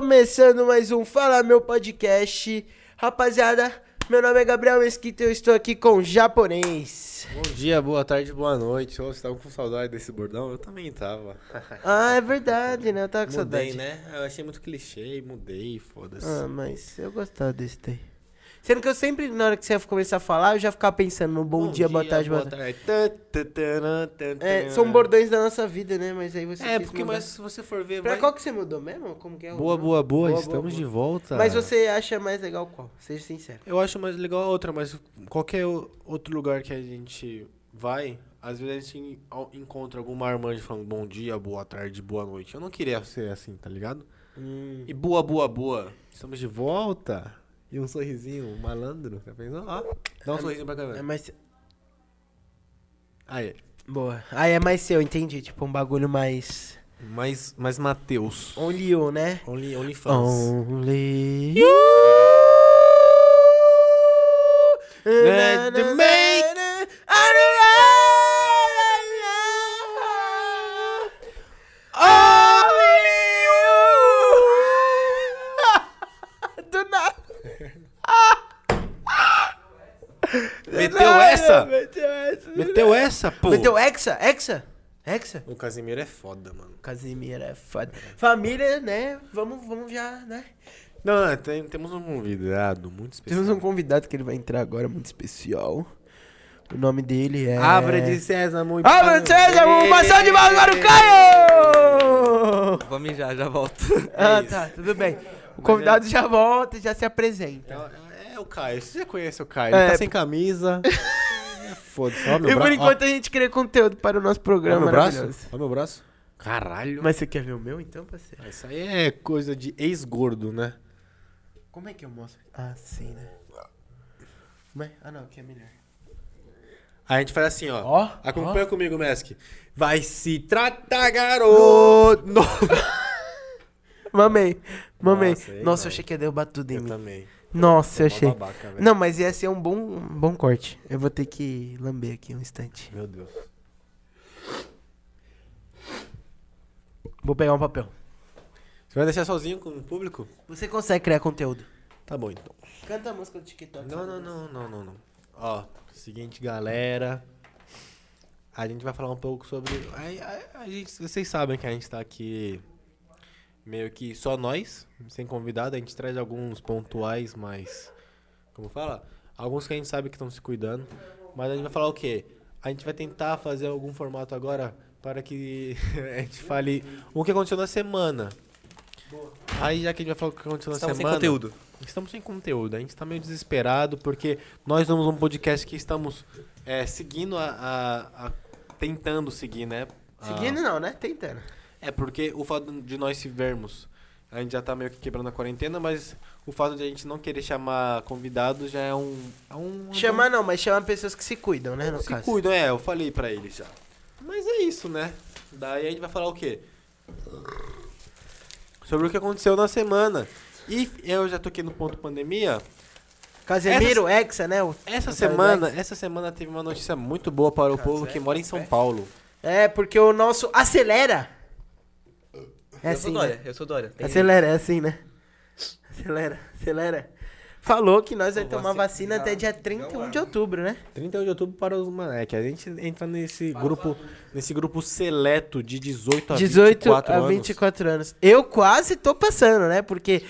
Começando mais um Fala Meu Podcast. Rapaziada, meu nome é Gabriel Mesquita e eu estou aqui com o japonês. Bom dia, boa tarde, boa noite. Ô, Vocês estavam com saudade desse bordão? Eu também tava. Ah, é verdade, né? Eu tava com mudei, saudade. né? Eu achei muito clichê, mudei, foda-se. Ah, mas eu gostava desse daí. Sendo que eu sempre, na hora que você ia começar a falar, eu já ficava pensando no bom, dia, boa tarde, boa, tarde. tarde. Tã, tã, tã, tã, tã. É, são bordões da nossa vida, né? Mas aí você né? É, quis porque mudar. mas se você for ver... Pra vai- qual que você mudou mesmo? Como que é? o Boa, nome? boa, boa, Boa, estamos boa, de volta. Mas você acha mais legal qual? Seja sincero. Eu acho mais legal a outra, mas qualquer o- outro lugar que a gente vai, às vezes a gente en- ao- encontra alguma armã falando bom dia, boa tarde, boa noite. Eu não queria ser assim, tá ligado? Hum. E boa, boa, boa. Estamos de volta. E um sorrisinho malandro. Tá pensando? Ó, dá um sorrisinho pra É câmera. mais... Aí. Boa. Ah, é mais seu, entendi. Tipo, um bagulho mais... Mais, mais Matheus. Only you, né? Only, only fans. Only you. Let the make- Ah, Oh, Only you. Do nada. Meteu essa? Meteu essa. Meteu essa, pô. Meteu hexa, hexa, hexa. O Casimiro é foda, mano. Casimiro é foda. Família, né? Vamos, vamos já, né? Não, não, tem- temos um convidado muito especial. Temos um convidado que ele vai entrar agora, muito especial. O nome dele é... Abra de César muito. Abra de César, uma salva de palmas para o Caio! Vou mijar, já volto. Ah, tá, tudo bem. O convidado já volta, já se apresenta. É, é o Caio. Você já conhece o Caio. Ele É. tá sem camisa. É, Foda-se. Olha meu E por braço. enquanto a gente cria conteúdo para o nosso Olha programa meu maravilhoso. É braço. Olha meu braço. Caralho. Mas você quer ver o meu então, parceiro? Ah, Isso aí é coisa de ex-gordo, né? Como é que eu mostro? Ah, sim, né? Como é? Ah, não, aqui é melhor. A gente faz assim, ó. Ó, Acompanha comigo, Mask. Vai se tratar, garoto! No... Mamei, mamei. Nossa, Nossa, aí eu vai. achei que ia derrubar tudo em Eu mim. também. Nossa, eu tá Mó achei. babaca, velho. Não, mas ia ser um bom, um bom corte. Eu vou ter que lamber aqui um instante. Meu Deus. Vou pegar um papel. Você vai deixar sozinho com o público? Você consegue criar conteúdo. Tá bom, então. Canta a música do TikTok. Não, não, não, não, não, não. Ó, seguinte, galera. A gente vai falar um pouco sobre. A, a- a gente, vocês sabem que a gente tá aqui meio que só nós, sem convidado. A gente traz alguns pontuais, mas. Como fala? Alguns que a gente sabe que estão se cuidando. Mas a gente vai falar o quê? A gente vai tentar fazer algum formato agora para que a gente fale o que aconteceu na semana. Aí já que a gente vai falar o que aconteceu na Estamos sem semana. conteúdo. Estamos sem conteúdo, a gente está meio desesperado porque nós somos um podcast que estamos é, seguindo a, a- a- tentando seguir, né? A- Seguindo não, né? Tentando. é porque o fato de nós se vermos, a gente já tá meio que quebrando a quarentena, mas o fato de a gente não querer chamar convidados já é um. É um Chamar não, mas chamar pessoas que se cuidam, né? No se caso. cuidam, é, eu falei pra eles já. Mas é isso, né? Daí a gente vai falar o quê? Sobre o que aconteceu na semana. E eu já toquei no ponto pandemia. Casemiro, Hexa, né? O- Essa o semana, Hexa. essa semana teve uma notícia muito boa para o povo que mora em São Paulo. É, porque o nosso acelera. É eu sou assim, Dória, né? eu sou Dória. Tem- Acelera, é assim, né? Acelera, acelera. Falou que nós Eu vamos vou tomar vacina acelerar. até dia é 31 de outubro, né? 31 de outubro para os moleques. A gente entra nesse grupo, nesse grupo seleto de 18 a 18 24 a anos. 24 anos. Eu quase tô passando, né? Porque,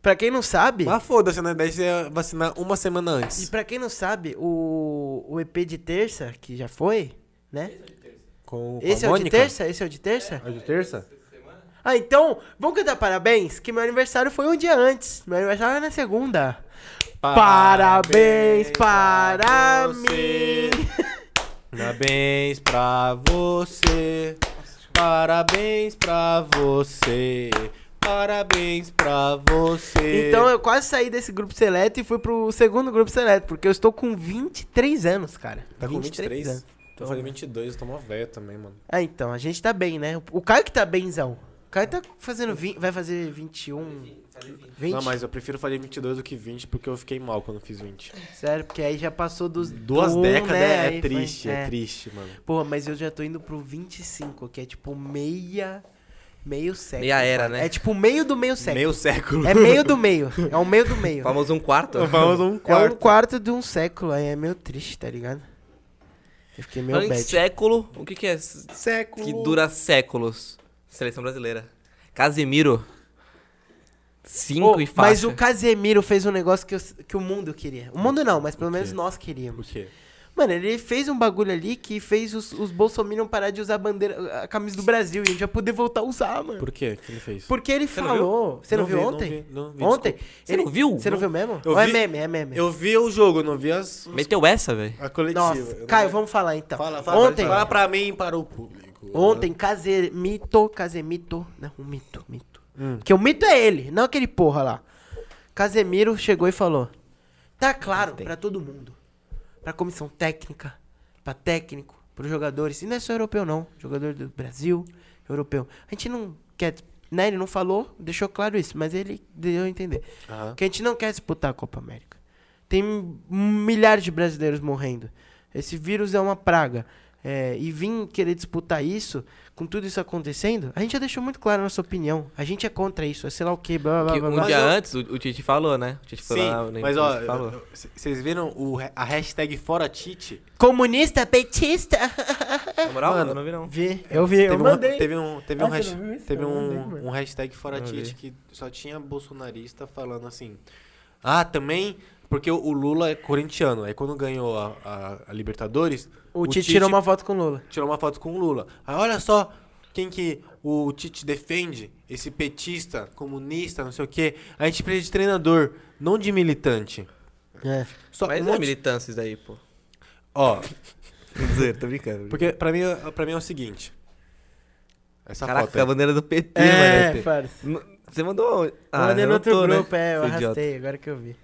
pra quem não sabe, Mas foda-se, né? Daí você ia vacinar uma semana e antes. pra quem não sabe, o, o EP de terça, que já foi, né? Com, com Esse a é o de Mônica. terça? Esse é o de terça? É o de terça? Ah, então, vamos cantar parabéns? Que meu aniversário foi um dia antes. Meu aniversário é na segunda. Parabéns, para pra mim. você. Parabéns pra você. Parabéns pra você. Parabéns pra você. Então eu quase saí desse grupo seleto e fui pro segundo grupo seleto, porque eu estou com 23 anos, cara. Tá com 23? anos. né? Eu falei 22, eu tô mó velho também, mano. Ah, então, a gente tá bem, né? O Caio que tá benzão. O Caio tá fazendo 20, vai fazer 21, 20? Não, mas eu prefiro fazer 22 do que 20 porque eu fiquei mal quando eu fiz 20. Sério, porque aí já passou dos... Duas do um, décadas né? é, Aí foi- triste, é. triste, mano. Pô, mas eu já tô indo pro 25, que é tipo meia Meio século. Meia era, cara. né? É tipo meio do meio século. Meio século. É meio do meio. É o meio do meio. Famoso um quarto. Vamos um É um quarto. quarto de um século. Aí é meio triste, tá ligado? Eu fiquei meio Falando em bad. século, o que que é? s- Século. Que dura séculos. Seleção brasileira. Casemiro. Cinco Ô, e faixa. mas o Casemiro fez um negócio que, os- que o mundo queria. O mundo não, mas pelo menos nós O queríamos. quê? Mano, ele fez um bagulho ali que fez os, os bolsominion parar de usar a bandeira, a camisa do Brasil. E a gente vai poder voltar a usar, mano. Por quê? O que ele fez? Porque ele Você não falou. Você não, Não viu vi, não ontem? vi, não vi, ontem? Você não viu? Você não viu mesmo? Eu Ou é vi- meme? É meme. Eu vi o jogo, não vi as, Meteu essa, velho. a coletiva. Eu Nossa, não- Caio, vamos falar então. Fala, fala, ontem, fala pra mim e para o público. ontem, Casemito, Casemito, não, um mito, mito. Hum. Porque o mito é ele, não aquele porra lá. Casemiro chegou e falou: "Tá claro pra todo mundo. Pra comissão técnica, pra técnico, pros jogadores, e não é só europeu não, jogador do Brasil, europeu. A gente não quer, né, ele não falou, deixou claro isso, mas ele deu a entender. Aham. Que a gente não quer disputar a Copa América. Tem milhares de brasileiros morrendo. Esse vírus é uma praga. É, e vir querer disputar isso, com tudo isso acontecendo, a gente já deixou muito claro a nossa opinião. A gente é contra isso, é sei lá o que, blá blá Que blá. um blá. dia eu- antes, o, o Tite falou, né? O Tite foi lá, Sim, nem mas ó, falou. eu- eu- c- vocês viram o re- a hashtag Fora Tite? Comunista, petista! Na moral, Mano, eu não vi não. Vi, eu vi, eu teve, mandei. um, teve um teve Ah, um, você hash- não viu isso? teve Eu um- mandei, mano. um hashtag fora Não Tite que só tinha bolsonarista falando assim. Ah, também porque o, o Lula é corintiano. Aí quando ganhou a, a- a Libertadores, O Tite tirou uma foto com o Lula. tirou uma foto com o Lula. Aí olha só quem que o Tite defende, esse petista, comunista, não sei o quê. A gente precisa de treinador, não de militante. É. Só mas um não é monte- militância isso daí, pô. Ó, Zoeira, tô brincando. porque pra mim, pra mim é o seguinte. Essa foto Caraca, aí. a bandeira do PT, É, mano. parça. N- Você mandou onde? Eu mandei eu no não outro tô, né? grupo, é, eu Sou idiota. arrastei, agora que eu vi.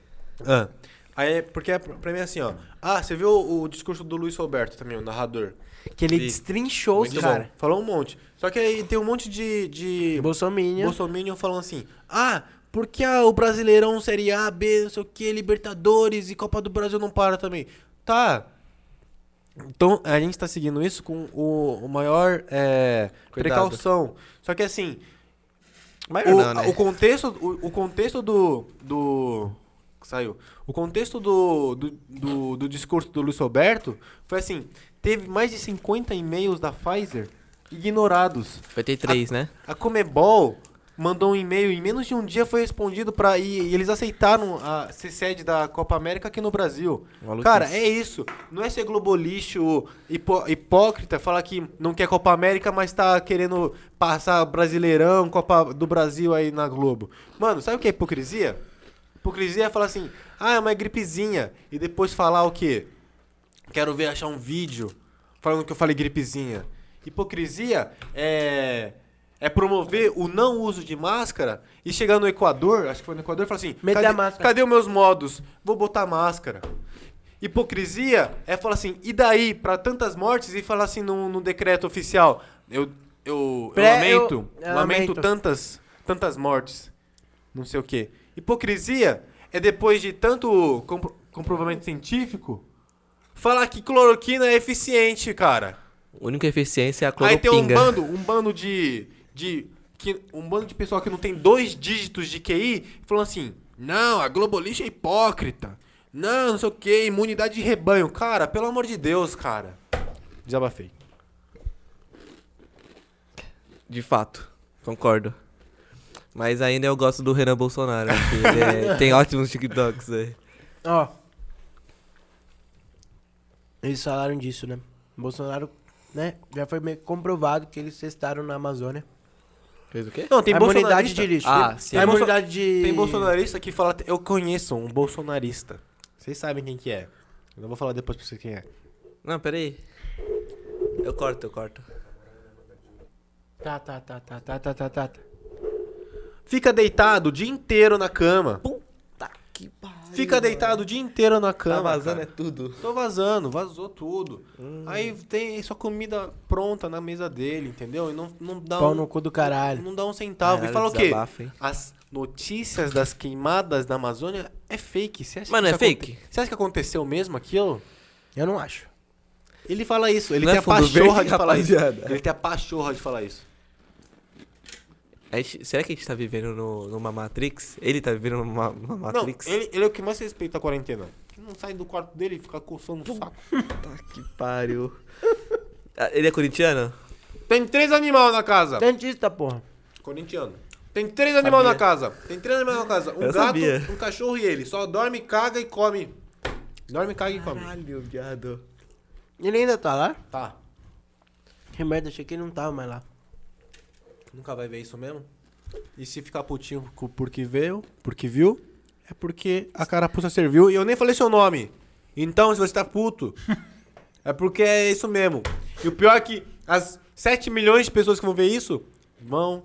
Ah, aí, porque pra pra mim é assim, ó. Ah, você viu o, o discurso do Luiz Roberto também, o narrador? Que ele Vi. destrinchou os Muito caras. Falou um monte. Só que aí tem um monte de, de Bolsominion. bolsominion falando assim, ah, porque ah, o Brasileirão Série A, B, não sei o que, Libertadores e Copa do Brasil não para também. Tá. Então, a gente tá seguindo isso com o, o maior é, Cuidado. precaução. Só que assim, Mas o, não, né? o contexto, o, o contexto do, do. Saiu. O contexto do, do, do, do discurso do Luiz Roberto foi assim: teve mais de 50 e-mails da Pfizer ignorados. Vai ter três, né? A Comebol mandou um e-mail e em menos de um dia foi respondido para e, e eles aceitaram a ser sede da Copa América aqui no Brasil. Maluquice. Cara, é isso. Não é ser globolixo, hipo- hipócrita, falar que não quer Copa América, mas tá querendo passar Brasileirão, Copa do Brasil aí na Globo. Mano, sabe o que é hipocrisia? Hipocrisia é falar assim, ah, é uma gripezinha, e depois falar o quê? Quero ver achar um vídeo falando que eu falei gripezinha. Hipocrisia é é promover o não uso de máscara e chegar no Equador, acho que foi no Equador, e falar assim: Meter cadê, a máscara." cadê os meus modos? Vou botar máscara. Hipocrisia é falar assim, e daí pra tantas mortes e falar assim num, num decreto oficial, eu eu, eu Pré- lamento, eu- eu lamento lamento. tantas tantas mortes, não sei o quê. Hipocrisia é depois de tanto compro- comprovamento científico falar que cloroquina é eficiente, cara. A única eficiência é a Aí tem cloropinga. um bando, um bando de. de que, um bando de pessoal que não tem dois dígitos de QI falando assim: não, a globalista é hipócrita. Não, não sei o que, imunidade de rebanho. Cara, pelo amor de Deus, cara. Desabafei. De fato, concordo. Mas ainda eu gosto do Renan Bolsonaro. que ele é- tem ótimos TikToks aí. Ó. Eles falaram disso, né? Bolsonaro, né? Já foi meio que comprovado que eles testaram na Amazônia. Fez o quê? Não, tem a imunidade de lixo. Ah, sim. A Tem bolso- imunidade de. Tem bolsonarista que fala. Eu conheço um bolsonarista. Vocês sabem quem que é. Eu não vou falar depois pra vocês quem é. Não, peraí. Eu corto, eu corto. Tá, tá, tá, tá, tá, tá, tá, tá. Fica deitado o dia inteiro na cama. Puta que pariu. Fica deitado o dia inteiro na Tá cama. vazando cara. Hum. é tudo. né? Tô vazando, vazou tudo. Aí tem só comida pronta na mesa dele, entendeu? E não, não dá Pau um, no cu do caralho. não dá um centavo. Caralho, e fala o quê? desabafo, hein? As notícias das queimadas da Amazônia é fake. Você acha Mano, que é isso aconte- fake? Você acha que aconteceu mesmo aquilo? Eu não acho. Ele fala isso, ele Não é tem a fundo pachorra verde, de falar isso. rapaziada. Ele tem a pachorra de falar isso. A gente- será que a gente tá vivendo no- numa Matrix? Ele tá vivendo numa, numa Não, Matrix? ele, ele é o que mais respeita a quarentena. Que não sai do quarto dele e fica coçando o saco. Puta que pariu. Ah, ele é corintiano? Tem três animais na casa. Dentista, poror Corintiano. Tem três animais na Sabia. casa. Tem três animais na casa. Um Eu gato, sabia. um cachorro e ele. Só dorme, caga e come. Dorme, caga e come. Caralho, viado. Ele ainda tá lá? Tá. Que merda, achei que ele não tava mais lá. Nunca vai ver isso mesmo? E se ficar putinho com- porque veio, porque viu, é porque a carapuça serviu e eu nem falei seu nome. Então, se você tá puto, é porque é isso mesmo. E o pior é que as 7 milhões de pessoas que vão ver isso vão.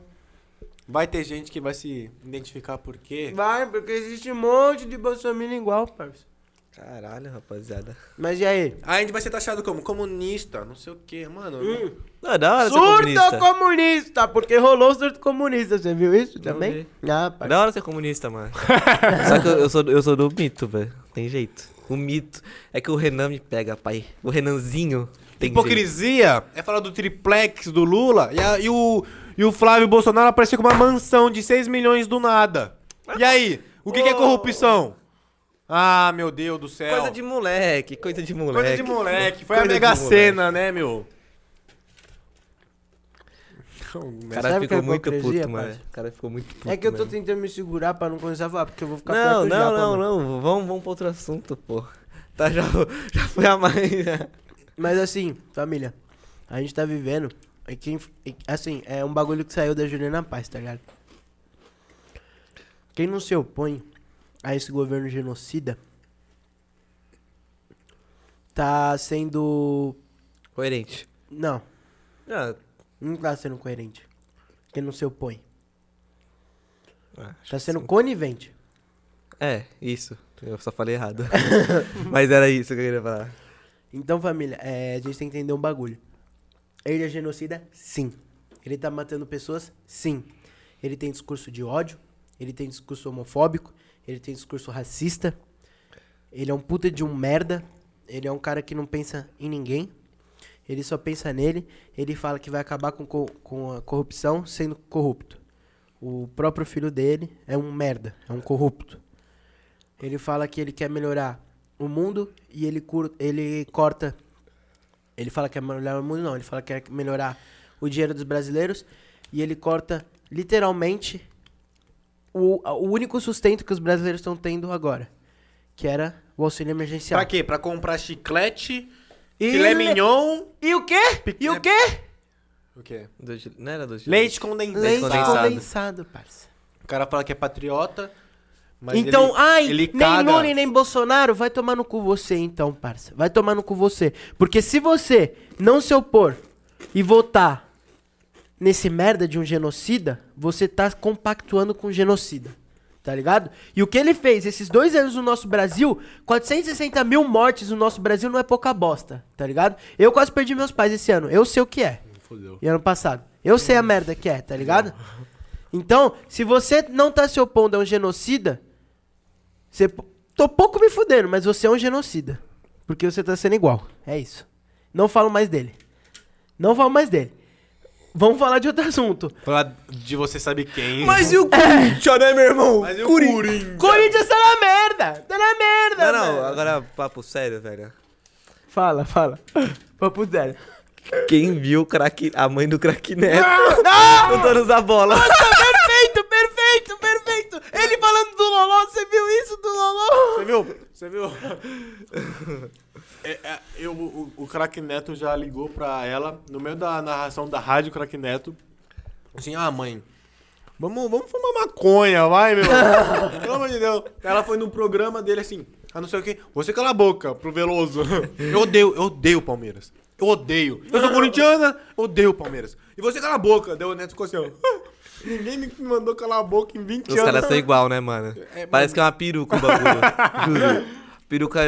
Vai ter gente que vai se identificar porque. Vai, porque existe um monte de bolsominion igual, parça. Caralho, rapaziada. Mas e aí? Aí a gente vai ser taxado como comunista, não sei o que, mano. Não, é da hora ser Surto comunista. comunista, porque rolou o surto comunista, você viu isso também? Ah, É parça. da hora ser comunista, mano. Só que eu, eu sou, eu sou do mito, velho. Tem jeito. O mito. É que o Renan me pega, pai. O Renanzinho tem jeito. Hipocrisia é falar do triplex do Lula e, a- e o, e o Flávio Bolsonaro apareceu com uma mansão de 6 milhões do nada. E aí? O que, que é corrupção? Ah, meu Deus do céu. Coisa de moleque, coisa de moleque. Coisa de moleque. Foi Coisa a de mega moleque. cena, né, meu? O cara Sabe o que é ficou muito hipocrisia, puto, mano. parça? O cara ficou muito puto. É que eu tô mano. tentando me segurar pra não começar a falar, porque eu vou ficar Não, pior que o não, Japa, não, mano. não. Vamos, vamos pra outro assunto, pô. Tá, já, já foi a mais. né? Mas assim, família, a gente tá vivendo. E quem, e, assim, é um bagulho que saiu da Juliana Paz, tá ligado? Quem não se opõe a esse governo genocida tá sendo. Coerente. Não, Ah, não tá sendo coerente. Quem não se opõe. acho Tá que sendo sim. conivente. É, isso. Eu só falei errado. Mas era isso que eu queria falar. Então, família, é, a gente tem que entender um bagulho. Ele é genocida? Sim. Ele tá matando pessoas? Sim. Ele tem discurso de ódio, ele tem discurso homofóbico, ele tem discurso racista. Ele é um puta de um merda. Ele é um cara que não pensa em ninguém. Ele só pensa nele. Ele fala que vai acabar com, co- com a corrupção sendo corrupto. O próprio filho dele é um merda, é um corrupto. Ele fala que ele quer melhorar o mundo e ele, cur... ele corta. Ele fala que quer melhorar o mundo, não. Ele fala que quer melhorar o dinheiro dos brasileiros e ele corta literalmente o, a- o único sustento que os brasileiros estão tendo agora, que era o auxílio emergencial. Pra quê? Pra comprar chiclete, E filé le- mignon. E o quê? E o quê? O quê? Do Gil- Não era do Gil- Leite condensado. Leite condensado. condensado, parça. O cara fala que é patriota. Mas então, ele, ai, ele nem caga. Lula e nem Bolsonaro, vai tomar no cu você então, parça. Vai tomar no cu você. Porque se você não se opor e votar nesse merda de um genocida, você tá compactuando com o genocida. Tá ligado? E o que ele fez esses dois anos no nosso Brasil, 460 mil mortes no nosso Brasil não é pouca bosta, tá ligado? Eu quase perdi meus pais esse ano, eu sei o que é. Fudeu. E ano passado. Eu sei a merda que é, tá ligado? Então, se você não tá se opondo a um genocida, você. p- Tô pouco me fudendo, mas você é um genocida. Porque você tá sendo igual. É isso. Não falo mais dele. Não falo mais dele. Vamos falar de outro assunto. É. Falar de você sabe quem. Mas e o Corinthians, né, meu irmão? Mas e o Corin- Coringa? Corinthians tá na merda! Tá na merda! Não, não, mano. agora papo sério, velho. Fala, fala. Papo zero. Quem viu o craque, a mãe do craque Neto no Donos da Bola? perfeito, perfeito, perfeito! Ele falando do Loló, você viu isso do Loló? Você viu? Você viu? É, é, eu, o, o Crack Neto já ligou pra ela, no meio da narração da rádio Crack Neto. Assim, ah, mãe, vamos, vamos fumar maconha, vai, meu. Pelo amor de Deus. Ela foi no programa dele assim, ah, não sei o quê. Você cala a boca pro Veloso. Eu odeio, eu odeio o Palmeiras. Eu odeio. Eu sou corintiana, eu odeio o Palmeiras. E você cala a boca. Daí o Neto ficou assim, ó. Ninguém me mandou calar a boca em 20 Os anos. caras são igual, né, mano? Parece que é uma peruca o bagulho. Juro. Peruca.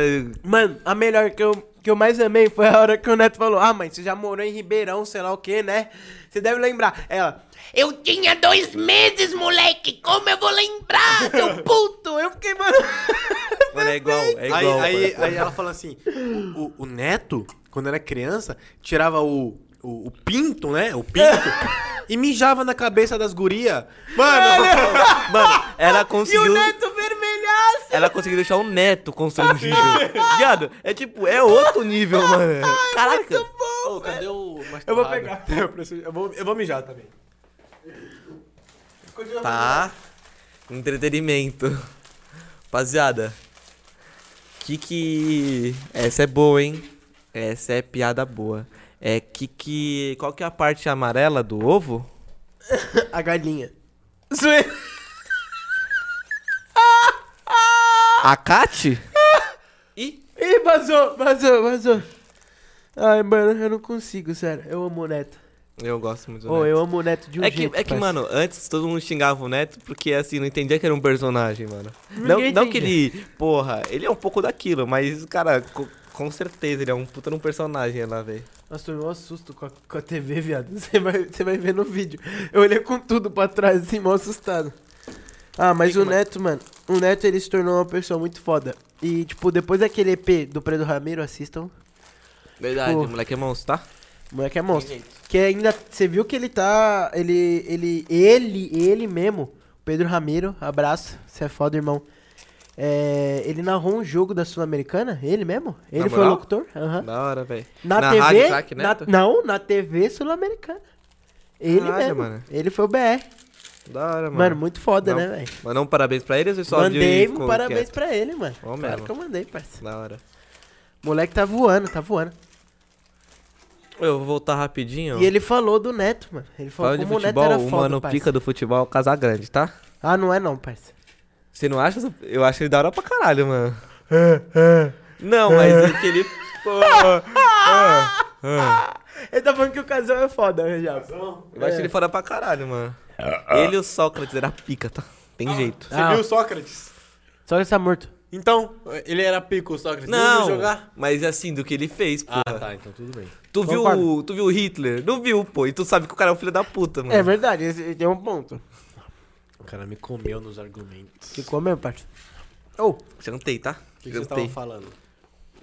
Mano, a melhor que eu, que eu mais amei foi a hora que o Neto falou: Ah, mãe, você já morou em Ribeirão, sei lá o que, né? Você deve lembrar. Ela, eu tinha dois meses, moleque, como eu vou lembrar, seu puto? Eu fiquei, mano. Mano, é igual, é Aí, igual. aí, parece. aí ela fala assim: o, o- o neto, quando era criança, tirava o, o, o pinto, né? O pinto. e mijava na cabeça das guria. Mano, Mano, ela E o conseguiu. neto vermelhaço! Ela conseguiu deixar o neto constrangido. Viado, é tipo, é outro nível, mano. Caraca. Ô, cadê o mais Eu vou torrado? pegar. eu, preciso- eu vou, eu vou mijar também. Tá. Entretenimento. Rapaziada. Que que. Essa é boa, hein? Essa é piada boa. É que que. Qual que é a parte amarela do ovo? A galinha. A Cat? Ih, vazou, vazou, vazou. Ai, mano, eu não consigo, sério. Eu amo o Neto. Eu gosto muito do Ô, Neto. eu amo o Neto de um É que, jeito. é que parça. mano, antes todo mundo xingava o Neto porque, assim, não entendia que era um personagem, mano. Não, Ninguém não que entendia. ele, porra, ele é um pouco daquilo, mas, cara, co- com certeza ele é um puta de um personagem lá, velho. Nossa, tomei um assusto com a, com a TV, viado. Você vai, você vai ver no vídeo. Eu olhei com tudo pra trás, assim, mó assustado. Ah, mas o Neto, mano. O Neto, ele se tornou uma pessoa muito foda. E, tipo, depois daquele EP do Pedro Ramiro, assistam. Verdade, Pô. moleque é monstro, tá? O moleque é monstro. Que ainda. Você viu que ele tá. Ele. Ele. Ele, ele mesmo. Pedro Ramiro, abraço. Você é foda, irmão. É, ele narrou um jogo da Sul-Americana? Ele mesmo? Ele Na foi o moral? locutor? Aham. Da hora, velho. Na, Na TV. Rádio né? Craque na- Neto? não, na TV Sul-Americana. Ele Caralho, mesmo. mano. Ele foi o BR. Da hora, Mano, mano. muito foda, Não. né, velho? Mandar um parabéns pra eles ou só Mandei viu e um ficou parabéns quieto? pra ele, mano. Ó, claro é. mesmo. que eu mandei, parceiro. Da hora. Moleque tá voando, tá voando. Eu vou voltar rapidinho. E ele falou do Neto, mano. Ele falou Falando de como o Neto era futebol, o foda, mano parça. pica do futebol Casagrande, tá? Ah, não é não, parceiro. Você não acha? essa- Eu acho ele da hora pra caralho, mano. É, Não, mas é que ele. Pô, Ele tá falando que o casal é foda, né, já. eu acho ele fora pra caralho, mano. Ele e o Sócrates era pica, tá? Tem Ah. jeito. Você viu o Sócrates? Só que tá morto. Ah. Então, ele era pico, o Sócrates. Não, viu jogar? mas assim, do que ele fez, pô. Ah, tá, então tudo bem. tu, viu, concordo. tu viu o Hitler? Não viu, pô. E tu sabe que o cara é um filho da puta, mano. É verdade, esse tem um ponto. O cara me comeu nos argumentos. Ficou mesmo, parceiro. Ô, Jantei, tá? O que, que vocês estavam Jantei. falando?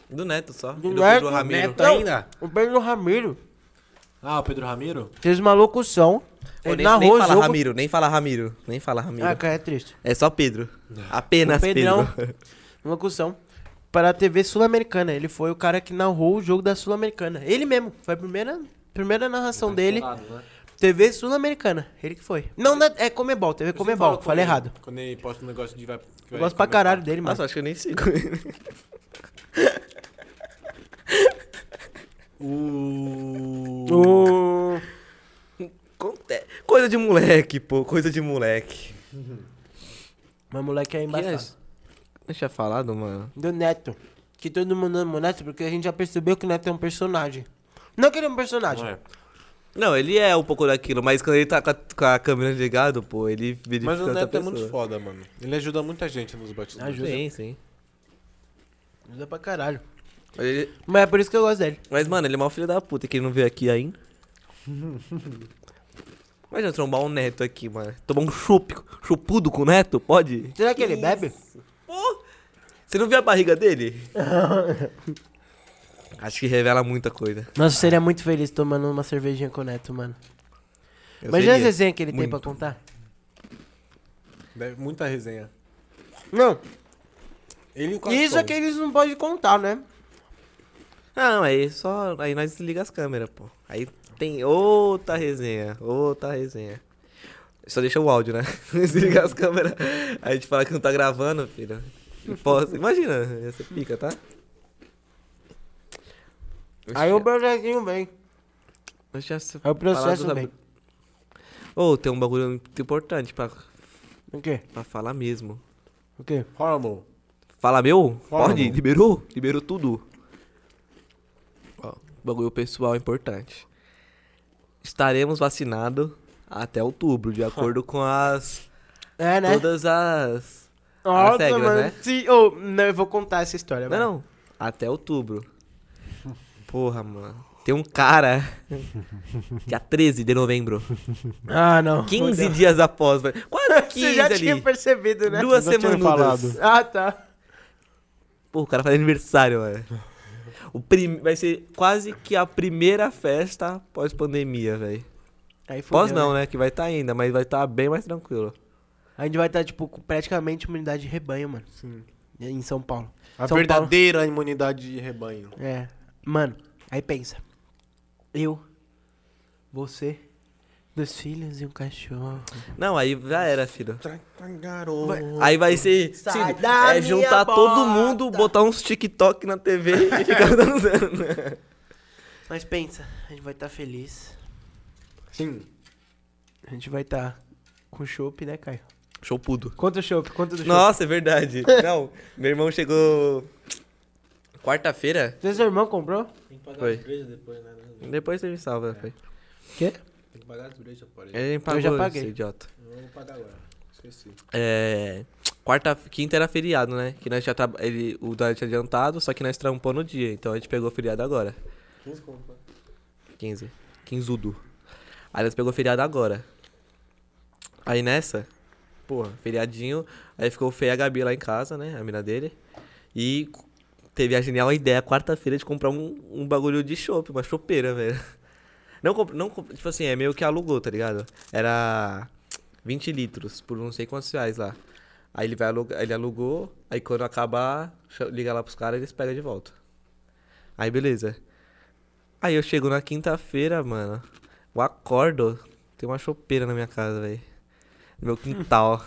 Do Neto só. Do e Neto, Pedro Ramiro. é Tá Neto. Não. o Pedro Ramiro Ah, o Pedro Ramiro? fez uma locução. Pô, Ele nem, nem narrou o fala jogo. Ramiro, nem fala Ramiro. Nem fala Ramiro. Ah, cara, é triste. É só Pedro. Apenas O Pedrão. Pedro. Uma locução para a TV Sul-Americana. Ele foi o cara que narrou o jogo da Sul-Americana. Ele mesmo. Foi a primeira, primeira narração dele. né? TV Sul-Americana. Ele que foi. Não, não é- é Comebol. TV Comebol. Falei errado. Quando ele posta um negócio de vai. que Eu vai gosto pra comentar. caralho dele, mano. Nossa, acho que eu nem sigo ele. O. O... Conte- Coisa de moleque, pô. Coisa de moleque. Mas moleque é embaçado. Deixa falado, mano. Do Neto. Que todo mundo ama o Neto, porque a gente já percebeu que o Neto é um personagem. Não que ele é um personagem. É. Não, ele é um pouco daquilo, mas quando ele tá com a, com a câmera ligada, pô, ele verifica Mas o outra Neto é pessoa. muito né? foda, mano. Ele ajuda muita gente nos batidos. Ajuda. Sim, sim. Usa é pra caralho. Mas, ele- Mas é por isso que eu gosto dele. mas, mano, ele é mau filho da puta que ele não veio aqui ainda. Imagina trombar um neto aqui, mano. Tomar um chup, chupudo com o neto, pode? Será que ele bebe? Pô, você não viu a barriga dele? Acho que revela muita coisa. Nossa, eu seria muito feliz tomando uma cervejinha com o Neto, mano. Eu Imagina as seria. resenhas que ele tem Muito. pra contar. Deve- Muita resenha. Não, Ele e o isso é que eles não podem contar, né? Não, aí só. Aí nós desliga as câmeras, pô. Aí tem outra resenha, outra resenha. Só deixa o áudio, né? Desliga as câmeras. Aí a gente fala que não tá gravando, filho. E posta- Imagina, essa pica, tá? Aí o Bernezinho vem. Deixa essa Aí o processo parada- vem. Ô, tem um bagulho muito importante pra, O quê? pra falar mesmo. O quê? Hormon. Fala meu? Fala, Pode? meu. Liberou? Liberou tudo. Ó, bagulho pessoal importante. Estaremos vacinados até outubro, de acordo com as. É, né? Todas as. Nossa, as regras, mano. né? Se... Oh, não, eu vou contar essa história, Não, mano. não. Até outubro. Porra, mano. Tem um cara. Dia 13 de novembro. Ah, não. 15 dias após. velho. Quase 15 Você já ali. tinha percebido, né? Duas Eu já tinha semanas. falado. Ah, tá. Pô, o cara faz aniversário, mano. O prim... Vai ser quase que a primeira festa pós-pandemia, velho. Aí fudeu, Pós não, né? Que vai estar ainda, mas vai estar bem mais tranquilo. A gente vai estar, tipo, com praticamente uma unidade de rebanho, mano. Sim. Em São Paulo. A São verdadeira imunidade de rebanho. É. Mano, aí pensa. Eu, você, dois filhos e um cachorro. Não, aí já era, filho. Garoto. Aí vai ser. Sai filho, da é minha juntar todo bota. mundo, botar uns TikTok na TV e ficar dançando. Mas pensa, a gente vai estar feliz. Sim. A gente vai estar com chopp, né, Caio? Chopudo. Quanto chopp? Quanto do chopp? Nossa, é verdade. Não, meu irmão chegou. Quarta-feira? Seu seu irmão comprou? Tem que pagar Foi. as brejas depois, né? É. Depois você me salva, velho. Quê? Tem que pagar as brejas por aí. Ele Eu pagou, já paguei. esse idiota. Eu vou pagar agora. Esqueci. É. Quarta, quinta era feriado, né? Que nós já tra... ele, o Dário tinha adiantado, só que nós trampou no dia, então a gente pegou feriado agora. 15 conto. 15. 15udo. Aí nós pegou feriado agora. Aí nessa, porra, feriadinho. Aí ficou feia a Gabi lá em casa, né? A mina dele. E c- teve a genial ideia quarta-feira de comprar um, um bagulho de chopp, uma chopeira, velho. Não, comp- não comp- Tipo assim, é meio que alugou, tá ligado? Era 20 litros por não sei quantos reais lá. Aí ele vai alugar, ele alugou, aí quando acabar, cha- liga lá pros caras eles pegam de volta. Aí beleza. Aí eu chego na quinta-feira, mano. Eu acordo, tem uma chopeira na minha casa, velho. No meu quintal.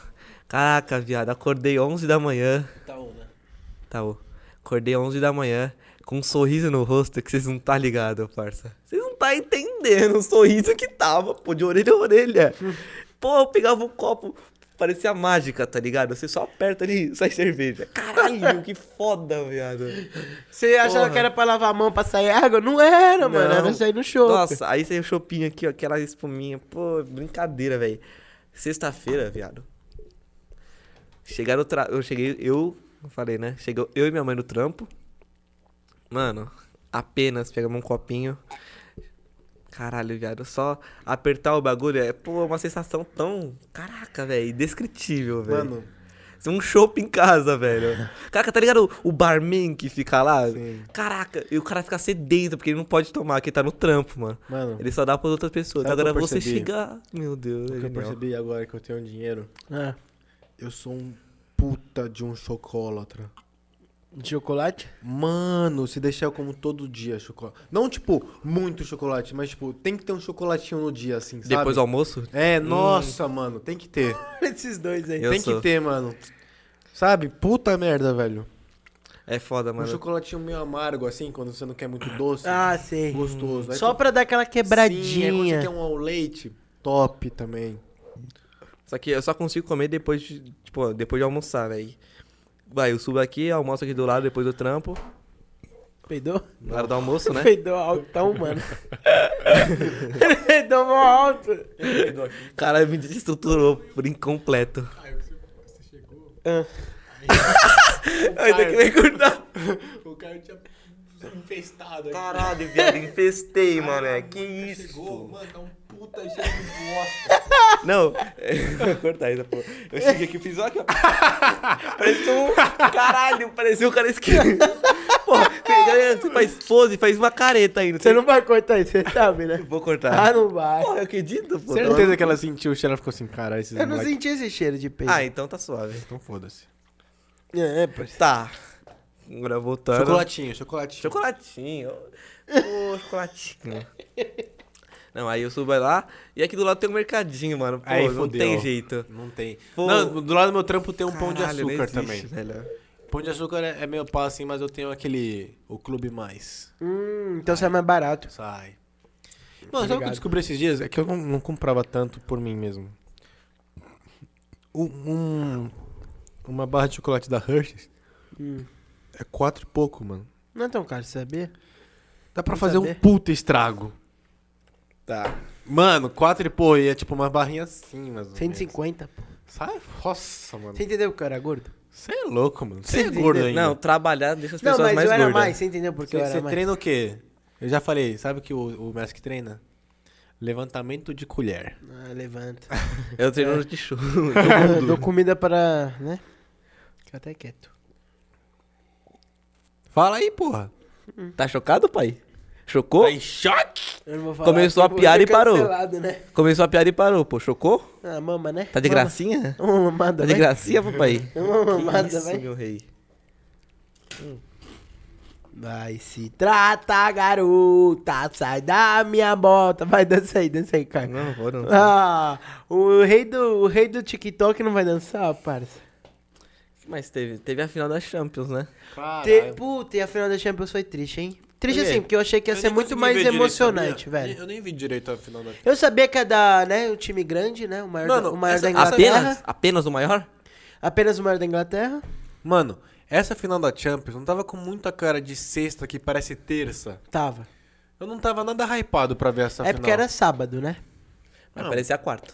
Caraca, viado, acordei 11 da manhã. Tá um, né? Tá, ô. Acordei 11 da manhã com um sorriso no rosto que vocês não tá ligado, parça. Vocês não tá entendendo o sorriso que tava, pô, de orelha a orelha. Pô, eu pegava um copo, parecia mágica, tá ligado? Você só aperta ali e sai cerveja. Caralho, que foda, viado. Você achava Porra. que era pra lavar a mão pra sair água? Não era, mano. Não. Era sair no chopp. Nossa, aí saiu o chopinho aqui, ó, aquela espuminha. Pô, brincadeira, velho. Sexta-feira, viado. Chegaram tra... Eu cheguei, eu eu falei, né? Chegou eu e minha mãe no trampo. Mano, apenas pegamos um copinho. Caralho, viado, só apertar o bagulho é, pô, uma sensação tão. Caraca, velho, indescritível, velho. Mano, Um shopping em casa, velho. Caraca, tá ligado? O barman que fica lá. Sim. Caraca, e o cara fica sedento, porque ele não pode tomar, que ele tá no trampo, mano. mano. Ele só dá pras outras pessoas. Sabe o que Agora eu você percebi? chega. Meu Deus, O que é eu genial. percebi agora que eu tenho dinheiro, Ah, eu sou um puta de um chocolatra. de chocolate? Mano, se deixar eu como todo dia chocolate. Não, tipo, muito chocolate, mas, tipo, tem que ter um chocolatinho no dia, assim, sabe? Depois do almoço? É, nossa, mano, tem que ter. Esses dois aí. Eu tem sou. que ter, mano. Sabe? Puta merda, velho. É foda, mano. Um chocolatinho meio amargo, assim, quando você não quer muito doce. Ah, sei. gostoso. Aí Só tu- pra dar aquela Sim, aí quando você quebradinha. quer um ao leite, top também. Só que eu só consigo comer depois de. Tipo, depois de almoçar, velho. Vai, eu subo aqui, almoço aqui do lado, depois do trampo. Peidou? Na hora do almoço, né? Peidou altão, mano. Peidou mó alto. Cara, me desestruturou por incompleto. Ah. Ai, tem que me cortar. O cara tinha infestado aí. Caralho, viado, infestei, mano. é. Que isso? mano, tá um puta cheiro de bosta. Não, vou cortar isso, pô. Eu cheguei aqui e fiz, olha aqui, ó. Parecia um. Caralho, parecia um cara esquisito. Porra, você faz pose, faz uma careta ainda. Você não vai cortar isso, você sabe, né? Vou cortar. Ah, não vai. Porra, eu acredito, Tá. pô. Certeza que ela sentiu o cheiro, ela ficou assim, cara, esses Eu não moleque- senti esse cheiro de peido. Ah, então tá suave. Então foda-se. É, parceiro. Tá. Agora voltando. Chocolatinho, chocolatinho. Chocolatinho. Ô, chocolatinho. Não, aí eu subo lá e aqui do lado tem um mercadinho, mano. Pô, Aí não fudeu. tem jeito. Não tem. Pô. Não, do lado do meu trampo tem um pão de Caralho, não açúcar existe, né? também. velho. Pão de açúcar é, é meio pau assim, mas eu tenho aquele. O Clube Mais. Hum, então sai mais barato. Sai. Mano, sabe o que eu Obrigado. descobri esses dias? É que eu não, não comprava tanto por mim mesmo. Um, um- uma barra de chocolate da Hershey's Hum. é quatro e pouco, mano. Não é tão caro, sabia? Dá pra Vamos fazer um saber. puta estrago. Tá. Mano, quatro e pouco. E é tipo uma barrinha assim, mas. 150, pô. Sai, nossa, mano. Você entendeu que eu era gordo? Você é louco, mano. Você é Você gordo entendeu? ainda. Não, trabalhar deixa as Não, pessoas mas mais eu era gordas. mais, você entendeu porque Você, eu era você mais. treina o quê? Eu já falei, sabe que o, o Mask treina? Levantamento de colher. Ah, levanta. Eu treino um no tichu. então Eu Dou comida para, né? Fica até quieto. Fala aí, porra. Tá chocado, pai? Chocou? Tá em choque? Eu não vou Começou porque a piada eu vou e parou. ser cancelado, Né? Começou a piada e parou, pô. Chocou? Ah, mama, né? Tá de Mama. gracinha? Uma mamada, Tá de vai. gracinha, papai? Uma mamada, Que isso, vai. meu rei. Vai se trata, garota, sai da minha bota. Vai, dança aí, dança aí, cara. Não, não vou não. Ah, o rei, do, o rei do TikTok não vai dançar, parça. O que mais teve? Teve a final da Champions, né? Te, puta, e a final da Champions foi triste, hein? Triste Por quê? assim, porque eu achei que ia Eu ser nem muito consegui mais ver direito, emocionante, sabia? velho. Nem- Eu nem vi direito a final da. Eu sabia que é da, né, o time grande, né, o maior, Mano, da, o maior essa- é da essa- Inglaterra. Apenas? Apenas? Apenas o maior? o maior da Inglaterra. Mano, essa final da Champions não tava com muita cara de sexta que parece terça. Tava. Eu não tava nada hypado pra ver é essa Tá final. porque era sábado, né? Mas Não. parecia a quarta.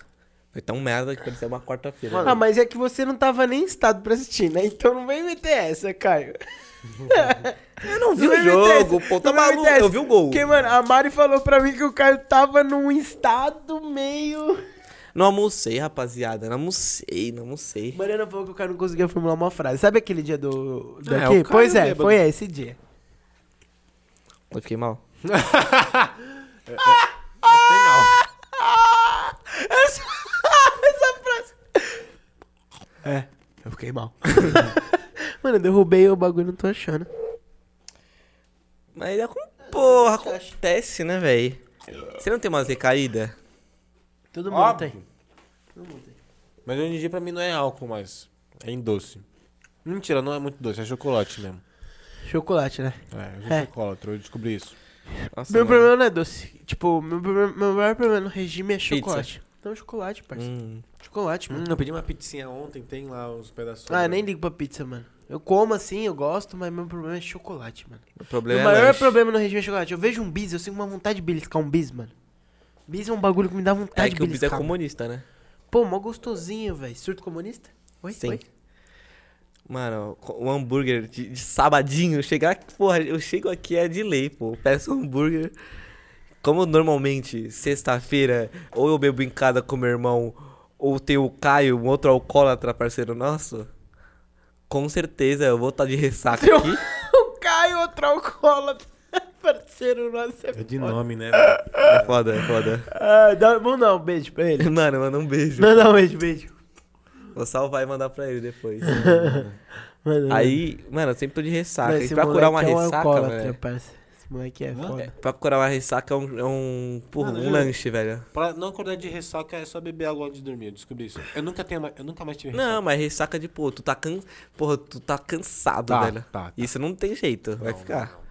Foi tão merda que parecia uma quarta-feira. Ah, mas é que você não tava nem em estado pra assistir, né? Então não vem meter essa, Caio. Eu Não não me interessa, tá tá não me interessa. Porque, mano, a Mari falou pra mim que o Caio tava num estado meio. Não almocei, rapaziada. Não almocei, não almocei. Mariana falou que o Caio não conseguia formular uma frase. Sabe aquele dia do. Ah, é, Daqui? o Caio pois é, bêbado. foi esse dia. Eu fiquei mal. É Final. Essa, essa frase. É, eu fiquei mal. mano, eu derrubei o bagulho, não tô achando. Mas é com... porra, acontece, né, velho? Você não tem umas recaídas? Todo mundo Óbvio. tem. Todo mundo tem. Mas o NG pra mim não é álcool mais. É em doce. Mentira, não é muito doce, é chocolate mesmo. Chocolate, né? É, eu É. sou chocolate, eu descobri isso. Nossa, Meu mano. Hum, problema não é doce. Tipo, meu, problema- meu maior problema no regime é chocolate. Então, chocolate, parceiro. Hum. Chocolate, mano. eu pedi uma pizzinha ontem, tem lá uns pedaços. Ah, eu nem ligo pra pizza, mano. Eu como assim, eu gosto, mas meu problema é chocolate, mano. O Meu problema maior é lanche. problema no regime é chocolate. Eu vejo um bis, eu sinto uma vontade de beliscar um bis, mano. Bis é um bagulho que me dá vontade É de que o Bis beliscar. é comunista, né? Pô, mó gostosinho, velho. Surto comunista? Oi? Sim. Oi? Mano, o hambúrguer de, de sabadinho, chegar, porra, eu chego aqui é de lei, pô. Eu Peço um hambúrguer. Como normalmente, sexta-feira, ou eu bebo em casa com meu irmão, ou tem o Caio, um outro alcoólatra parceiro nosso, com certeza eu vou estar de ressaca Seu- aqui. o Caio, outro alcoólatra. Parceiro nosso é É de foda. nome, né? É foda, é foda. Ah, dá, vamos dar um beijo pra ele. Mano, manda um beijo. Manda um beijo, beijo. Vou salvar e mandar pra ele depois. Manda, Aí, tá, mano, eu sempre tô de ressaca. Não, e É. esse pra curar uma moleque é um ressaca, alcoólatra, velho. parça. Esse moleque é Hã? foda. é, pra curar uma ressaca é um. É um porra, Mano, um eu- lanche, velho. Pra não acordar de ressaca é só beber água antes de dormir, eu descobri isso. Eu nunca, tenho, ma- eu nunca mais tive Não, mas ressaca de, pô, tu tá can... Porra, tu tá cansado, é Tá, velho. tá, tá. Isso não tem jeito, vai Não, ficar. não,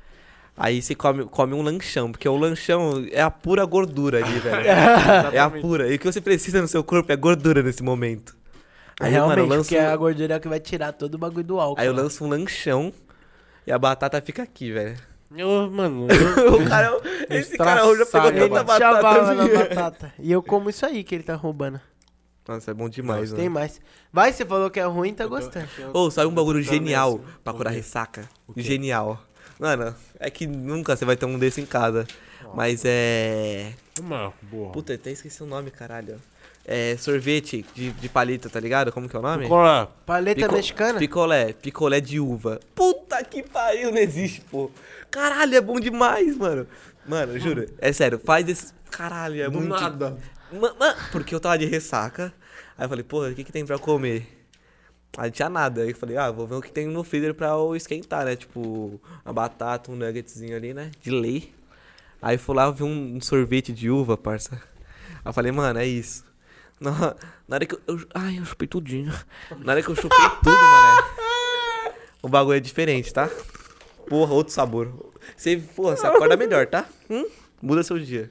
Aí você come, come um lanchão, porque o lanchão é a pura gordura ali, velho. Exatamente. é a pura. E o que você precisa no seu corpo é gordura nesse momento. É Aí, Realmente, mano, eu lanço, porque a gordura é o que vai tirar todo o bagulho do álcool. aí eu lanço um lanchão e a batata fica aqui, velho. Eu, mano, o cara, esse cara hoje já pegou Estraçalha, tanta mano. Chavava batata. na minha. batata. E eu como isso aí que ele tá roubando. Nossa, é bom demais, Tem né? mais. Vai, você falou que é ruim, tá eu tô- gostando. eu- Ô, sabe um eu tô bagulho tentando genial né? Tá nessa. pra O curar quê? ressaca? quê? Genial. Mano, é que nunca você vai ter um desse em casa. Mas é. Uma boa. Puta, eu até esqueci o nome, caralho. É sorvete de, de palito, tá ligado? Como que é o nome? Cola. Paleta Pico- mexicana? Picolé, picolé de uva. Puta que pariu, não existe, pô. Caralho, é bom demais, mano. Mano, juro, é sério, faz esse. Caralho, é Do muito. nada. Ma- ma- porque eu tava de ressaca. Aí eu falei, porra, o que, que tem pra comer? Aí não tinha nada. Aí eu falei, ah, vou ver o que tem no freezer pra eu esquentar, né? Tipo, uma batata, um nuggetzinho ali, né? De lei. Aí eu fui lá ver um sorvete de uva, parça. Aí eu falei, mano, é isso. Na, na hora que eu, eu- Ai, eu chupei tudinho. Na hora que eu chupei tudo, mano. O bagulho é diferente, tá? Porra, outro sabor. Você, porra, você acorda melhor, tá? Hum? Muda seu dia.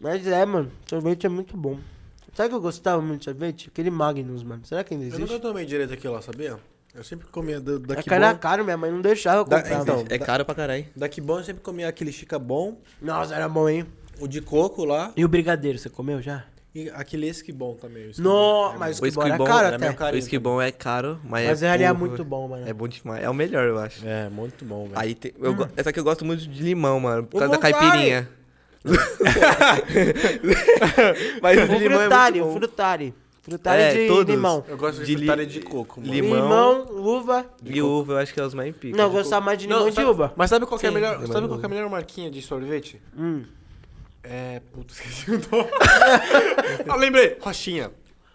Mas é, mano, sorvete é muito bom. Sabe que eu gostava muito de sorvete? Aquele Magnus, mano. Será que ainda Eu existe? nunca tomei direito aqui, lá, sabia? Eu sempre comia da, da É que cara a bom. cara, minha mãe não deixava eu Da- comprar. então, mano. É caro pra caralho. Da que bom eu sempre comia aquele chica bom, Nossa, era bom, hein? o de coco lá E o brigadeiro, você comeu já? e aquele esse que bom também. esse que bom. Não, É mas bom. o esquibor O era esquibor caro era até. meio caro. Isso que bom é caro, mas, Mas é ele é porra, muito bom, né? mano. É bom demais. É o melhor, eu acho. É, muito bom, velho. Aí tem, eu, go- Essa que eu gosto muito de limão, mano. Por O causa da Bulgari! caipirinha. mas o de O limão é muito frutari, o é é bom. frutari. Frutale É, de todos. limão. Eu gosto de, De de li- de coco, mano. limão. uva. E uva, eu acho que é os mais picos. Não, eu gostava mais de limão Não, de sabe- uva. Mas sabe qual que é a Sim. melhor, Limão sabe de qual que é a uva. melhor marquinha de sorvete? Hum. É, puta, esqueci o nome. ah, lembrei. Roxinha.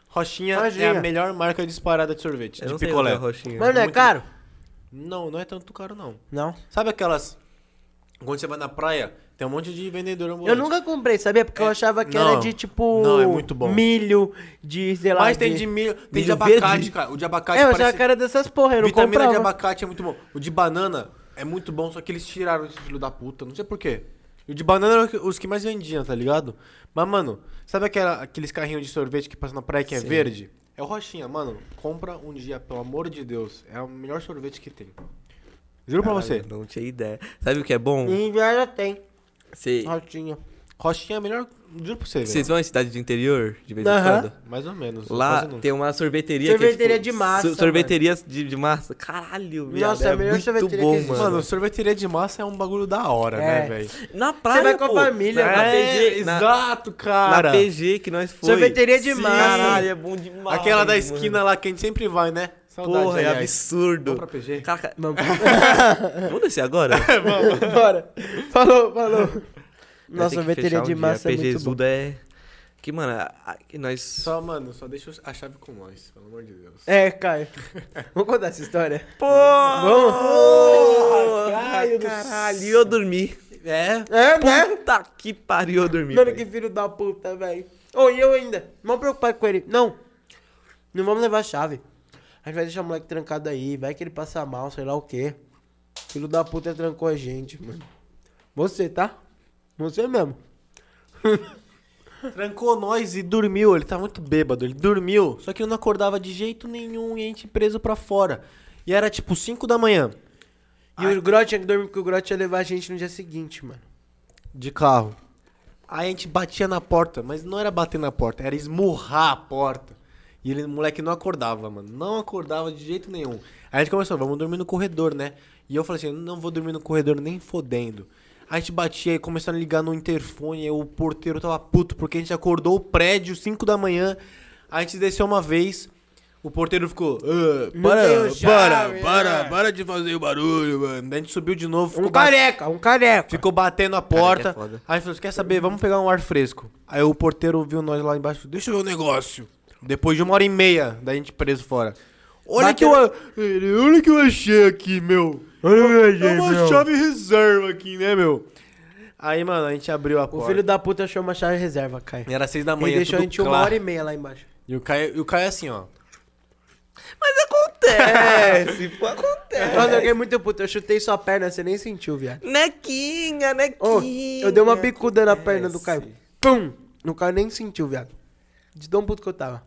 Roxinha. é Roxinha. a melhor marca disparada de sorvete, Eu de não sei picolé. usar roxinha. Mas não é muito- caro? Não, não é tanto caro não. Não. Sabe aquelas quando você vai na praia, tem um monte de vendedor ambulante. Eu nunca comprei, sabia? Porque eu É, achava que era não. de tipo. Não, é muito bom. Milho, de sei lá. Mas tem de milho, tem de milho abacate, verde. cara. O de abacate É, eu achava parece que era dessas porra, eu não vitamina comprava. de abacate é muito bom. O de banana é muito bom, só que eles tiraram esse filho da puta, não sei porquê. O de banana eram que- os que mais vendiam, tá ligado? Mas, mano, sabe aquela- aqueles carrinhos de sorvete que passa na praia que é verde? É o Roxinha, mano. Compra um dia, pelo amor de Deus. É o melhor sorvete que tem. Juro pra Caralho, você. Não tinha ideia. Sabe o que é bom? Em Viana tem. Você- Rotinha. Roxinha é a melhor. Juro pra você, velho. Vocês vão em cidade de interior, de vez em Aham. quando? Mais ou menos. Lá quase não. tem uma sorveteria que é, Sorveteria tipo, de massa, so- sorveteria de, de massa. Caralho, viado. Nossa, é a melhor muito sorveteria bom, que existe. Mano, mano. sorveteria de massa é um bagulho da hora, É. né, velho? Na praia, vai com a pô. família, na mano. É, PG, na, exato, na cara. PG que nós foi. Sorveteria de Sim. massa. Caralho, é bom demais. Aquela da mano. esquina lá que a gente sempre vai, né? Saudade, Porra, é aliás. absurdo. Vamos pra PG? Caraca, Vamos. vamos descer agora? Bora. Falou, falou. Nossa, Vai ter que sorveteria fechar um de dia. massa é PG muito bom. Zuda é... Que, mano, a- a- que nós... Só, mano, só deixa a chave com nós, pelo amor de Deus. É, Caio. Vamos contar essa história? Pô! Vamos? Caralho, caralho. E eu dormi. É? É, né? Puta que pariu, eu dormi. Mano, velho. que filho da puta, velho. Ô, e eu ainda? Não vamos preocupar com ele. Não. Não vamos levar a chave. A gente vai deixar o moleque trancado aí. Vai que ele passa mal, sei lá o quê. Filho da puta trancou a gente, mano. Você, tá? Você mesmo. Trancou nós e dormiu. Ele tá muito bêbado. Ele dormiu, só que ele não acordava de jeito nenhum e a gente preso pra fora. E era tipo 5 da manhã. E Ah. o Grote tinha que dormir porque o Grote ia levar a gente no dia seguinte, mano. De carro. Aí a gente batia na porta, mas não era bater na porta, era esmurrar a porta. E ele, o moleque não acordava, mano. Não acordava de jeito nenhum. Aí a gente começou, vamos dormir no corredor, né? E eu falei assim, não vou dormir no corredor nem fodendo. Aí a gente batia e começaram a ligar no interfone, aí o porteiro tava puto, porque a gente acordou o prédio 5 da manhã. Aí a gente desceu uma vez, o porteiro ficou, "Ah, Não para, tenho chave, para, para, né?" para de fazer o barulho, mano. Daí a gente subiu de novo, Um ficou batendo- careca, um careca. Ficou batendo a Cara, porta. que é foda. aí falou: quer saber? Vamos pegar um ar fresco. Aí o porteiro viu nós lá embaixo. Deixa eu ver o negócio. Depois de uma hora e meia da gente preso fora. Olha que eu. a- Ele, Olha que eu achei aqui, meu. Olha o meu É uma chave reserva aqui, né, meu? Aí, mano, a gente abriu a O porta. filho da puta achou uma chave reserva, Caio. Era seis da é manhã. Ele deixou a tudo gente uma claro. hora e meia lá embaixo. E o Caio, e o Caio assim, ó. Mas acontece, pô, acontece. Nossa, eu fiquei muito puto. Eu chutei sua perna, você nem sentiu, viado. Nequinha, nequinha. Ô, eu dei uma bicuda na perna do Caio. Pum! No Caio nem sentiu, viado. De tão puto que eu tava.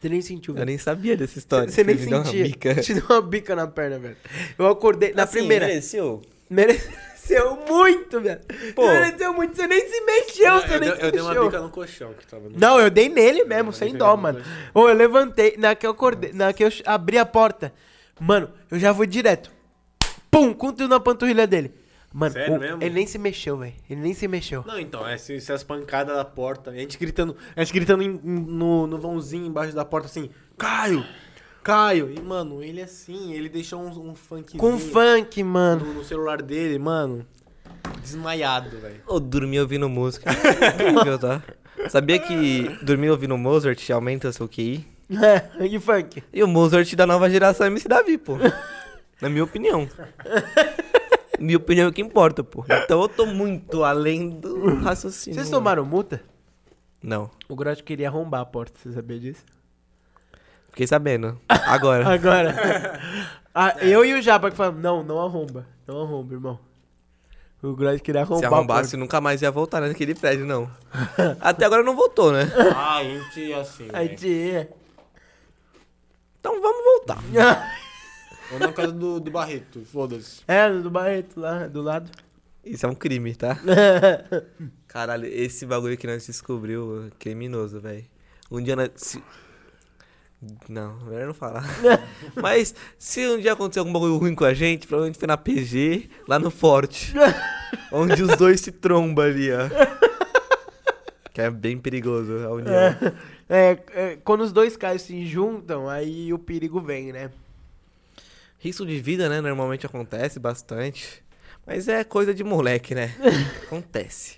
Você nem sentiu, Eu viado. nem sabia dessa história. Você nem Me deu uma Assim, sentia. bica. Te deu uma bica na perna, velho. Eu acordei. Na Assim, primeira. mereceu? Mereceu muito, velho. Pô. Mereceu muito. Você nem se mexeu, você nem se mexeu. no colchão que tava no. Não, eu dei nele mesmo, sem dó, pegava mano. Ou eu levantei, na que eu acordei, na que eu ch- abri a porta. Mano, eu já fui direto. Pum, com tudo na panturrilha dele. Mano, Sério o- mesmo? ele nem se mexeu, velho. Ele nem se mexeu. Não, então, é se, se as pancadas da porta. A gente gritando, a gente gritando em- em- no, no vãozinho embaixo da porta assim, Caio! Caio! E, mano, ele assim, ele deixou um, um funk Com funk, mano. no, no celular dele, mano. Desmaiado, velho. Eu dormi ouvindo música. Incrível, tá? Sabia que dormir ouvindo Mozart aumenta o seu QI? É, e funk. E o Mozart da nova geração é MC Davi, pô. Na minha opinião. Minha opinião é o que importa, pô. Então eu tô muito além do raciocínio. Vocês tomaram multa? Não. O Grote queria arrombar a porta, você sabia disso? Fiquei sabendo. Agora. Agora. Ah, Eu e o Japa que falamos, não, não arromba. Não arromba, irmão. O Grote queria Se arrombar arrombasse, nunca mais ia voltar naquele prédio, não. Até agora não voltou, né? Ah, a gente assim, a porta. Aí, velho. tia. Então vamos voltar. Ou na casa é do, do Barreto, foda-se. É, do Barreto lá, do lado. Isso é um crime, tá? Caralho, esse bagulho que nós descobriu, é criminoso, velho. Um dia nós. se- Não, melhor não falar. Mas se um dia acontecer algum bagulho ruim com a gente, provavelmente foi na PG, lá no Forte. onde os dois se trombam ali, ó. Que Que é bem perigoso a união. É, é, quando os dois caras se juntam, aí o perigo vem, né? Risco de vida, né? Normalmente acontece bastante. Mas é coisa de moleque, né? Acontece.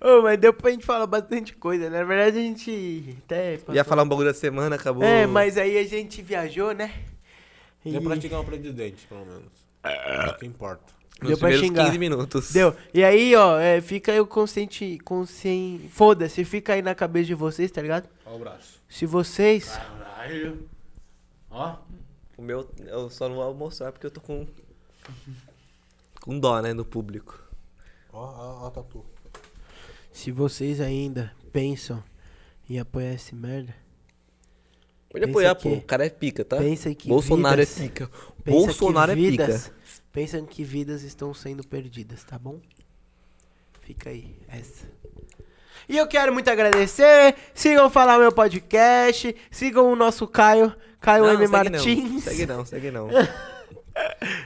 Ô, mas deu pra gente falar bastante coisa, né? Na verdade a gente até. Ia passou- falar um bagulho da semana, acabou. É, mas aí a gente viajou, né? E... Deu pra chegar um presidente, pelo menos. É o que importa. Nos deu pra primeiros xingar. 15 minutos. Deu. E aí, ó, é, fica aí o consciente. consciente... Foda-se, fica aí na cabeça de vocês, tá ligado? Ó o braço. Se vocês. Caralho. Ó. O meu, eu só não vou mostrar porque eu tô com. Com dó, né? No público. Ó, ó, ó, tatu. Se vocês ainda pensam em apoiar esse merda, Pode Pensa apoiar, que- pô. O cara é pica, tá? pensa que Bolsonaro vidas- é pica. pensa Bolsonaro que é pica. vidas, Pensa que vidas estão sendo perdidas, tá bom? Fica aí, essa. E eu quero muito agradecer. Sigam falar meu podcast. Sigam o nosso Caio, Caio Não, M. segue Martins. Não, segue não, segue não.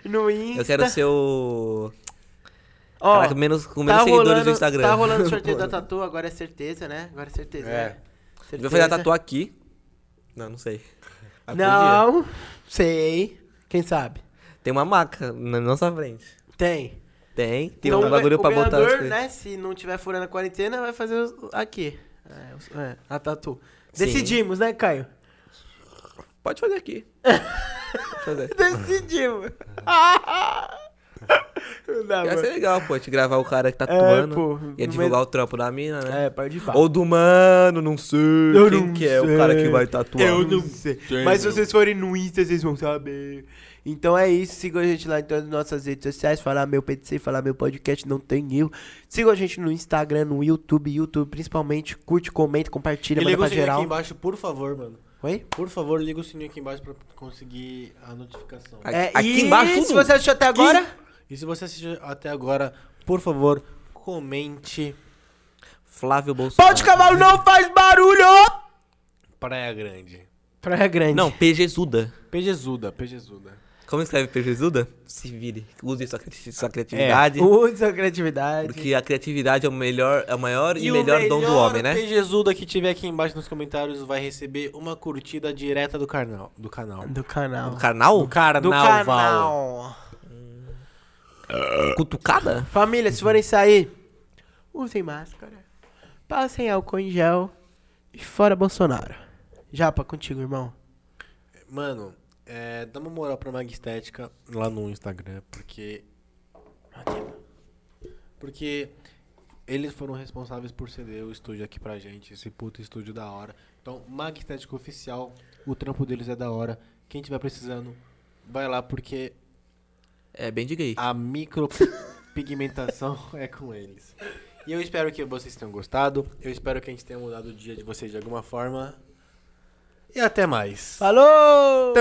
No Insta. Eu quero ser o. Ó, Caraca, menos, com menos seguidores do Instagram. Tá rolando o sorteio da tatu, agora é certeza, né? Agora é certeza, É. né? Vai fazer a Certeza. tatuagem aqui. Não, não sei. Mas podia. Não, sei. Quem sabe? Tem uma maca na nossa frente. Tem. Tem. Tem Então, um bagulho o pra botar as ganhador, coisas. né? Se não tiver furando a quarentena, vai fazer os- aqui. É, os- é, a tatu. Sim. Decidimos, né, Caio? Pode fazer aqui. Pode Tá fazer. Decidimos. não dá, Ia mano. ser legal, pô, te gravar o cara que tá É, pô, atuando. Ia no divulgar meio- o trampo da mina, né? É, parte de pau. Ou do mano, não sei. Eu quem não que é o cara que sei. vai tatuar? Eu não sei. sei, Mas se meu. vocês forem no Insta, vocês vão saber. Então é isso. Sigam a gente lá em todas as nossas redes sociais. Falar meu PDC, falar meu podcast, não tem erro. Sigam a gente no Instagram, no YouTube, YouTube principalmente. Curte, comenta, compartilha, E manda liga o pra sininho aqui geral. embaixo, por favor, mano. Oi? Por favor, liga o sininho aqui embaixo pra conseguir a notificação. Aqui- aqui embaixo se tudo. É você achou até agora, E se você assistiu até agora, por favor, comente Flávio Bolsonaro. pau de cavalo não faz barulho! Praia Grande. Praia é Grande. Não, PGZuda. Pejezuda, Pejezuda. Como escreve PGZuda? Se vire. Use sua, cri- sua criatividade. Use É. a criatividade. Porque a criatividade é o melhor, é o maior e, melhor, dom do homem, né? Pejezuda que tiver aqui embaixo nos comentários vai receber uma curtida direta do canal. Do canal. é? Do canal. Do carnal? Do carnal, Do Val. canal. Cutucada? Família, se forem sair, usem máscara, passem álcool em gel e fora Bolsonaro. Japa, contigo, irmão. Mano, é, dá uma moral pra Mag Estética lá no Instagram, porque. Porque eles foram responsáveis por ceder o estúdio aqui pra gente, esse puto estúdio da hora. Então, Mag Estética Oficial, o trampo deles é da hora. Quem tiver precisando, vai lá, porque É bem de gay. a micropigmentação é com eles. E eu espero que vocês tenham gostado. Eu espero que a gente tenha mudado o dia de vocês de alguma forma. E até mais. Falou!